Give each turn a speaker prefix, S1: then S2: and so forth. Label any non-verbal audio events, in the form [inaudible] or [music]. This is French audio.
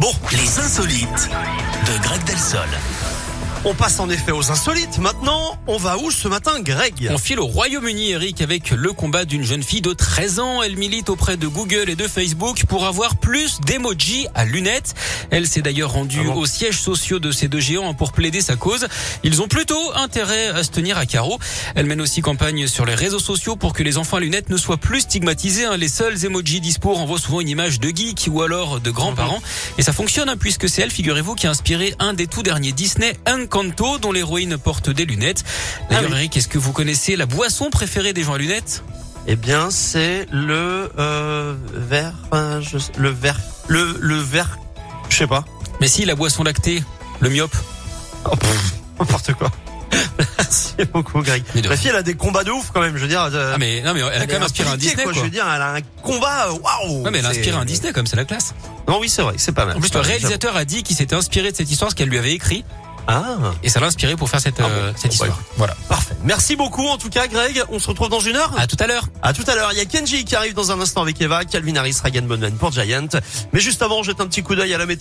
S1: Bon, les insolites de Greg Delsol. On passe en effet aux insolites. Maintenant, on va où ce matin, Greg
S2: On file au Royaume-Uni, Eric, avec le combat d'une jeune fille de 13 ans. Elle milite auprès de Google et de Facebook pour avoir plus d'emojis à lunettes. Elle s'est d'ailleurs rendue
S1: Ah bon
S2: aux sièges sociaux de ces deux géants pour plaider sa cause. Ils ont plutôt intérêt à se tenir à carreau. Elle mène aussi campagne sur les réseaux sociaux pour que les enfants à lunettes ne soient plus stigmatisés. hein. Les seuls emojis dispo renvoient souvent une image de geek ou alors de
S1: Mhm.
S2: grands-parents. Et ça fonctionne, hein, puisque c'est elle, figurez-vous, qui a inspiré un des tout derniers Disney, Encanto, dont l'héroïne porte des lunettes.
S1: Ah
S2: D'ailleurs, Eric, est-ce que vous connaissez la boisson préférée des gens à lunettes
S1: Eh bien, c'est le euh, vert, euh, je sais- le vert, le le vert, je sais pas.
S2: Mais si, la boisson lactée, le myope.
S1: Oh, pff, N'importe quoi. [laughs] Merci beaucoup, Greg.
S2: Mais de
S1: La
S2: rien.
S1: fille, elle a des combats de ouf quand même. Je veux dire, euh,
S2: Ah mais, non, mais elle a
S1: est
S2: quand même inspiré un
S1: impliquée,
S2: Disney, quoi.
S1: Je veux dire, elle a un combat. euh, Waouh.
S2: Ouais, mais elle a
S1: C'est-
S2: inspiré un Disney, comme c'est la classe.
S1: Non, oui, c'est vrai, c'est pas mal.
S2: En plus, le réalisateur a dit qu'il s'était inspiré de cette histoire, ce qu'elle lui avait écrit,
S1: Ah,
S2: et ça l'a inspiré pour faire cette,
S1: Ah bon
S2: euh, cette
S1: Bon, bah,
S2: histoire. voilà.
S1: parfait. Merci beaucoup, en tout cas, Greg. On se retrouve dans une heure.
S2: À tout à l'heure.
S1: À tout à l'heure, il y a Kenji qui arrive dans un instant avec Eva, Calvin Harris, Ryan Bonman pour Giant. Mais juste avant, on jette un petit coup d'œil à la météo.